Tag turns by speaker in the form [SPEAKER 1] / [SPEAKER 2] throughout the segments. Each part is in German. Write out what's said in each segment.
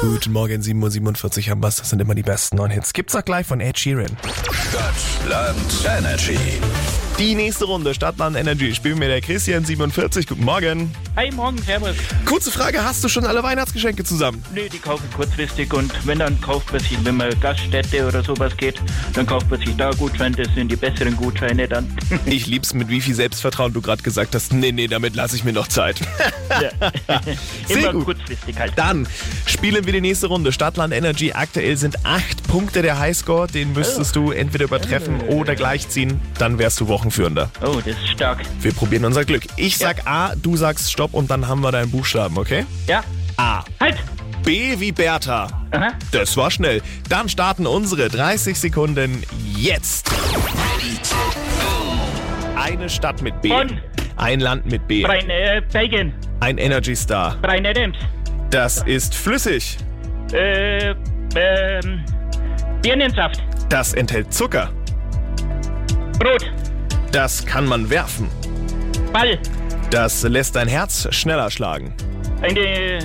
[SPEAKER 1] Guten Morgen, 7.47 Uhr haben wir's. Das sind immer die besten neuen Hits. Gibt's auch gleich von Ed Sheeran.
[SPEAKER 2] Stadtland Energy.
[SPEAKER 1] Die nächste Runde, Stadtland Energy, spielen wir der Christian 47. Guten Morgen.
[SPEAKER 3] Hi, morgen, Servus.
[SPEAKER 1] Kurze Frage, hast du schon alle Weihnachtsgeschenke zusammen?
[SPEAKER 3] Nö, die kaufen kurzfristig und wenn, dann kauft man sich, wenn man Gaststätte oder sowas geht, dann kauft man sich da Gutscheine, das sind die besseren Gutscheine dann.
[SPEAKER 1] Ich lieb's mit wie viel Selbstvertrauen du gerade gesagt hast. Nee, nee, damit lasse ich mir noch Zeit.
[SPEAKER 3] Immer
[SPEAKER 1] gut.
[SPEAKER 3] kurzfristig halt.
[SPEAKER 1] Dann spielen wir die nächste Runde. Stadtland Energy. Aktuell sind acht Punkte der Highscore. Den müsstest du entweder übertreffen oder gleichziehen. Dann wärst du Wochenführender.
[SPEAKER 3] Oh, das ist stark.
[SPEAKER 1] Wir probieren unser Glück. Ich sag A, du sagst Stopp und dann haben wir deinen Buchstaben, okay?
[SPEAKER 3] Ja,
[SPEAKER 1] A.
[SPEAKER 3] halt!
[SPEAKER 1] B wie Bertha.
[SPEAKER 3] Aha.
[SPEAKER 1] Das war schnell. Dann starten unsere 30 Sekunden jetzt. Eine Stadt mit B.
[SPEAKER 3] Bonn.
[SPEAKER 1] Ein Land mit B.
[SPEAKER 3] Brian, äh, Belgien,
[SPEAKER 1] Ein Energy Star.
[SPEAKER 3] Brian Adams,
[SPEAKER 1] Das ist flüssig.
[SPEAKER 3] äh, ähm, Birnensaft,
[SPEAKER 1] Das enthält Zucker.
[SPEAKER 3] Brot,
[SPEAKER 1] Das kann man werfen.
[SPEAKER 3] Ball,
[SPEAKER 1] Das lässt dein Herz schneller schlagen.
[SPEAKER 3] eine äh,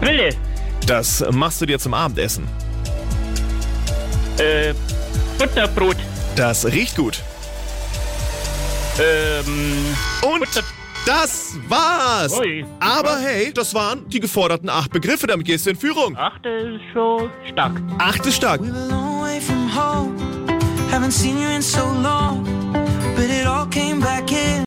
[SPEAKER 3] Brille,
[SPEAKER 1] Das machst du dir zum Abendessen.
[SPEAKER 3] äh, Butterbrot,
[SPEAKER 1] Das riecht gut.
[SPEAKER 3] ähm,
[SPEAKER 1] Und das war's.
[SPEAKER 3] Ui.
[SPEAKER 1] Aber hey, das waren die geforderten acht Begriffe. Damit gehst du in Führung.
[SPEAKER 3] ach, das ist schon stark.
[SPEAKER 1] Acht ist stark.
[SPEAKER 4] We were a long way from home. Haven't seen you in so long, but it all came back in.